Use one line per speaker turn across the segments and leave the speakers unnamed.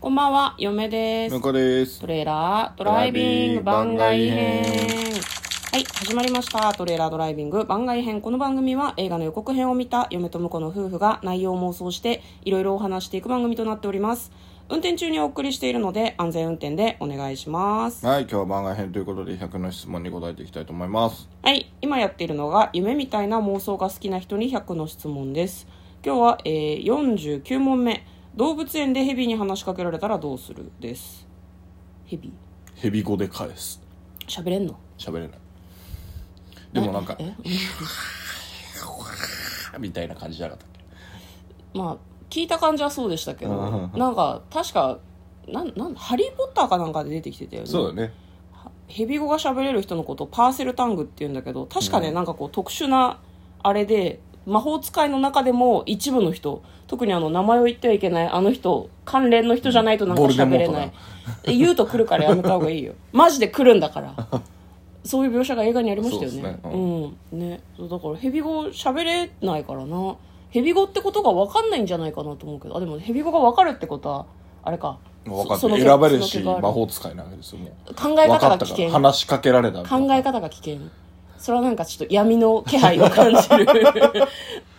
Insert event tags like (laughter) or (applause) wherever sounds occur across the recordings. こんばんは、嫁です。
中です
ト。レーラードライビング番外編。はい、始まりました。トレーラードライビング番外編。この番組は映画の予告編を見た嫁と婿の夫婦が内容を妄想していろいろお話していく番組となっております。運転中にお送りしているので安全運転でお願いします。
はい、今日は番外編ということで100の質問に答えていきたいと思います。
はい、今やっているのが夢みたいな妄想が好きな人に100の質問です。今日は、えー、49問目。動物園でヘビに話しかけられたらどうするです。ヘビ
ヘビ語で返す。
喋れんの
喋れない。でもなんか、
え
みたいな感じじゃなかったっ
まあ聞いた感じはそうでしたけど
う
なんか確かなんなん「ハリー・ポッター」かなんかで出てきてたよ
け
ね
そうだね。
ヘビ語が喋れる人のことをパーセルタングっていうんだけど確かね、なんかこう特殊なあれで魔法使いの中でも一部の人特にあの名前を言ってはいけないあの人関連の人じゃないとなんか
ボルデモ
喋
ー
れ
トだ
ないえ言うと来るからやめた方が
(laughs)
いいよマジで来るんだからそういう描写が映画にありましたよね
そうですね
う、
うん
ねそうだからヘビ語喋れないからなヘビ語ってことが分かんないんじゃないかなと思うけどあでもヘビ語が分かるってことはあれか
分かっ
そその
て
気
選ばれる
そ
し、
の気がある
魔法使いなわけですよ、もう。
考え
分
方
か
が
った
危
か
険
ら、話しかけられた
考え方が危険それはなんかちょっと闇の気配を感じる (laughs)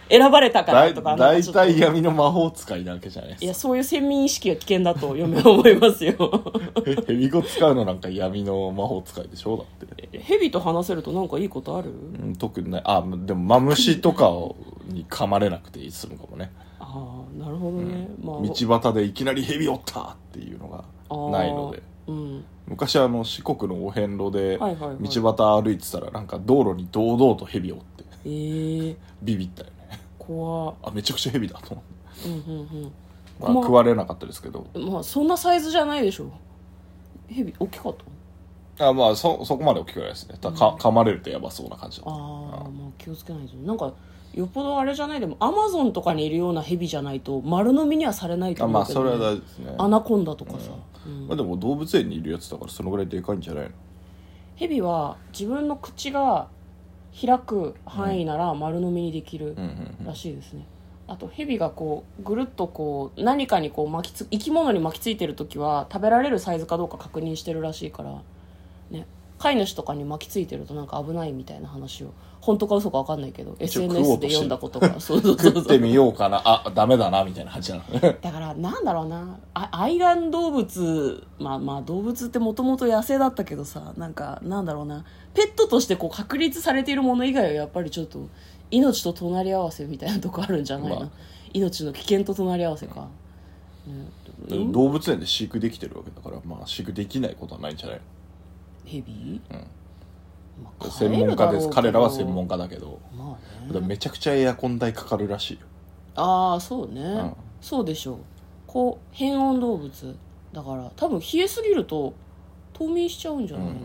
選ばれたから
だ
とか
い
な
だ
んか
い
ちょったと
い闇の魔法使いなわけじゃない
い
で
や
す
そういう先民意識は危険だと嫁は思いますよ
か。ヘビ語使うのなんか闇の魔法使いでしょだっ
(laughs)
て。
蛇と話せるとなんかいいことある
うん、特にない。あ、でもマムシとかをに噛まれなくて済むかもね。
ああなるほどね、まあ
道端でいきなりヘビおったっていうのがないので。
あーうん
昔あの四国のお遍路で
は
道
いはいはい
端歩いてたらなんか道路に堂々とヘビおって
えー、
ビビったよね
怖
あめちゃくちゃヘビだと思って、
うんうん
まあ
まあ
食われなかったですけど
うんまあそんなサイズじゃないでしょ蛇大きかった
あまあそそこまで大きくないですねただか噛まれるとやばそうな感じだった
ああまあ気をつけないとなんかよっぽどあれじゃないでもアマゾンとかにいるようなヘビじゃないと丸飲みにはされないと
あ
思
ま
う
あ
け
そ
ど、ね
れは大事ですね、
アナコンダとかさ、うん
まあ、でも動物園にいるやつだからそのぐらいでかいんじゃないの
ヘビは自分の口が開く範囲なら丸飲みにできる
うんうんうん
らしいですね、あとヘビがこうぐるっとこう何かにこう巻きつ生き物に巻きついてる時は食べられるサイズかどうか確認してるらしいからね飼い主とかに巻きついてるとなんか危ないみたいな話を本当か嘘か分かんないけど
一応食お
SNS
うと
で
して
読
る
んだことがそうそうそう
食っ
そ
て
う
みようかなあダメだなみたいな感じなのね
だからなんだろうなあ愛玩動物まあまあ動物ってもともと野生だったけどさなんかなんだろうなペットとしてこう確立されているもの以外はやっぱりちょっと命と隣り合わせみたいなとこあるんじゃないの、
まあ
命の危険と隣り合わせか、ねうん
動物園で飼育できてるわけだからまあ飼育できないことはないんじゃない
ヘビ、
うん
まあ
の専門家です彼らは専
家
門家だけど
まあ
だから
ね
めちゃくちゃエアコン代かかるらしいよ
ああそうね、
ん
そうでしょうこう変温動物だから多分冷えすぎると冬眠しちゃうんじゃないの、
うん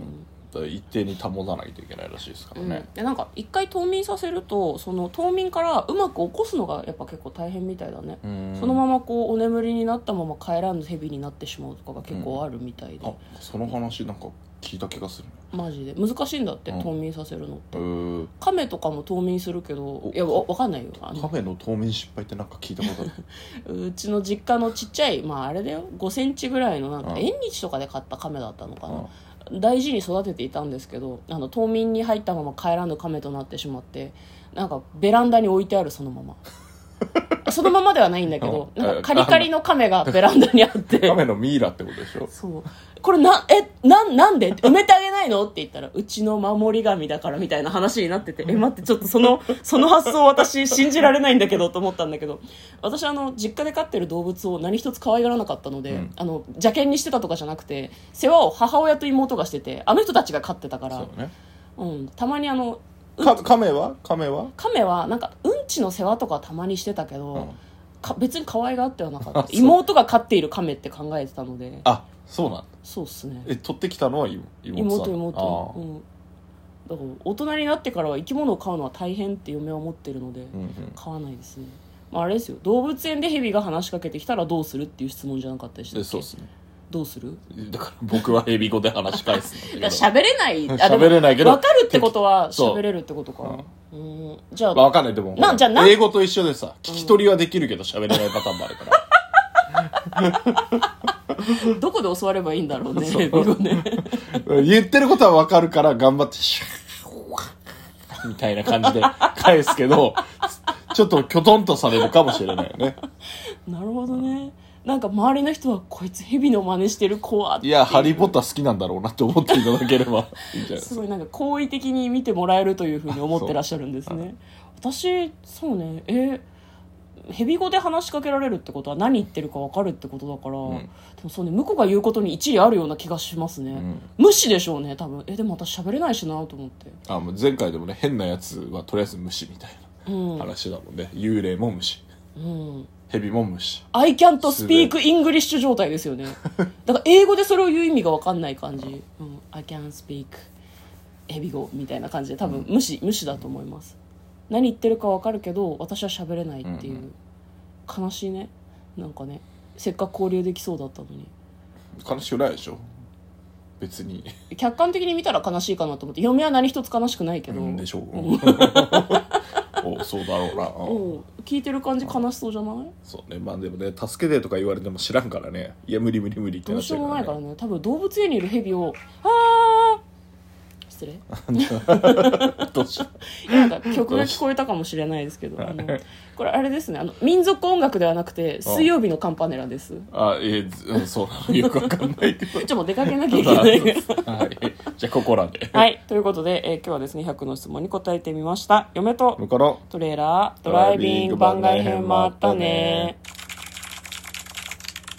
だから一定に保たないといけないらしいですからね、
でなんか一回冬眠させるとその冬眠からうまく起こすのがやっぱ結構大変みたいだね、
うん
そのままこうお眠りになったまま帰らぬ蛇になってしまうとかが結構あるみたいで、
あその話なんか聞いた気がするね
マジで難しいんだって、
うん
冬眠させるの
うー
亀とかも冬眠するけど
お
いやわわかんないよあ
カ
の
フェの冬眠失敗ってなんか聞いたことある
うちの実家のちっちゃいまああれだよ5センチぐらいのなんか
うん
縁日とかで買った亀だったのかな、
(laughs) うん
大事に育てていたんですけどあの冬眠に入ったまま帰らぬ亀となってしまってなんかベランダに置いてあるそのままそのままではないんだけど
うん
なんかカリカリの亀がベランダにあって
カメのミイラってことでしょ
そうこれなえなんなんで埋めてあげないのって言ったらうちの守り神だからみたいな話になっててえ待ってちょっとそのその発想私信じられないんだけどと思ったんだけど私あの実家で飼ってる動物を何一つ可愛がらなかったので、
うん
あの邪険にしてたとかじゃなくて世話を母親と妹がしててあの人たちが飼ってたから
そうね
うん、たまにあの
カカメはカメは
亀はなんかうんちの世話とかたまにしてたけど、
うん
か別に可愛がってはなかった
あそう
妹が飼っている亀って考えてたので
あそうなんだ
そうっすね
え取ってきたのは妹
妹
妹さん
妹うんだから大人になってからは生き物を飼うのは大変って嫁は思ってるので、
あーうんうん
飼わないですね、まあ、あれですよ動物園でヘビが話しかけてきたらどうするっていう質問じゃなかったでしたっけ
でそうですね
どうする
だから僕はヘビ語で話し返すん
いや
だけど
喋れないあでも
喋れないけど
分かるってことは
そう
喋れるってことかうんじゃあ
まあわかんないでも
なじゃあなん
英語と一緒でさ聞き取りはできるけど喋れないパターンもあるから
どこで教わればいいんだろうね
(laughs) そう
英語ね
言ってることはわかるから頑張ってシュッみたいな感じで返すけどちょっときょとんとされるかもしれないよね
なるほどねなんか周りの人はこいつ蛇の真似してる子はって
い
い
や「ハリー・
う
ポッター」好きなんだろうなって思っていただければいいんじゃないです
(laughs) す
か
ごいなんか好意的に見てもらえるというふうに思ってらっしゃるんですね私そうねえ蛇語で話しかけられるってことは何言ってるか分かるってことだから、
ん
でもそうね向こうが言うことに一理あるような気がしますね、
ん
無視でしょうね多分えでも私喋れないしなと思って
あもう前回でもね変なやつはとりあえず虫みたいな話だもんね、幽霊も虫
うん
蛇も虫
I can't speak English 状態ですよ
(laughs)
ねだから英語でそれを言う意味が分かんない感じ、うん、I can't speak エビ語みたいな感じで多分無視、無視だと思います何言ってるか分かるけど私は喋れないっていう、悲しいねなんかねせっかく交流できそうだったのに
悲しくないでしょ別に
客観的に見たら悲しいかなと思って嫁は何一つ悲しくないけ
う
ど、
んでしょう、おそうだろうな、うん
うん聞いてる感じ悲しそうじゃない
そうねまあでもね助けてとか言われても知らんからねいや無理無理無理って
ど
な
う
っ
し
ちゃ
よ
う
うも
から、
な
ね、
いからね多分動物園にいるヘビを「あー失礼
どうしよ
なんか曲が聞こえたかもしれないですけど、あのこれあれですねあの民族音楽ではなくて水曜日のカンパネラです
うあえーずうんそうなのよくわかんないけど
ちょっともう出かけなきゃいけない
(laughs) はいじゃあここらで、
はいということで、えー今日はですね100の質問に答えてみました嫁と
だから
トレーラードライビング番外編もあったね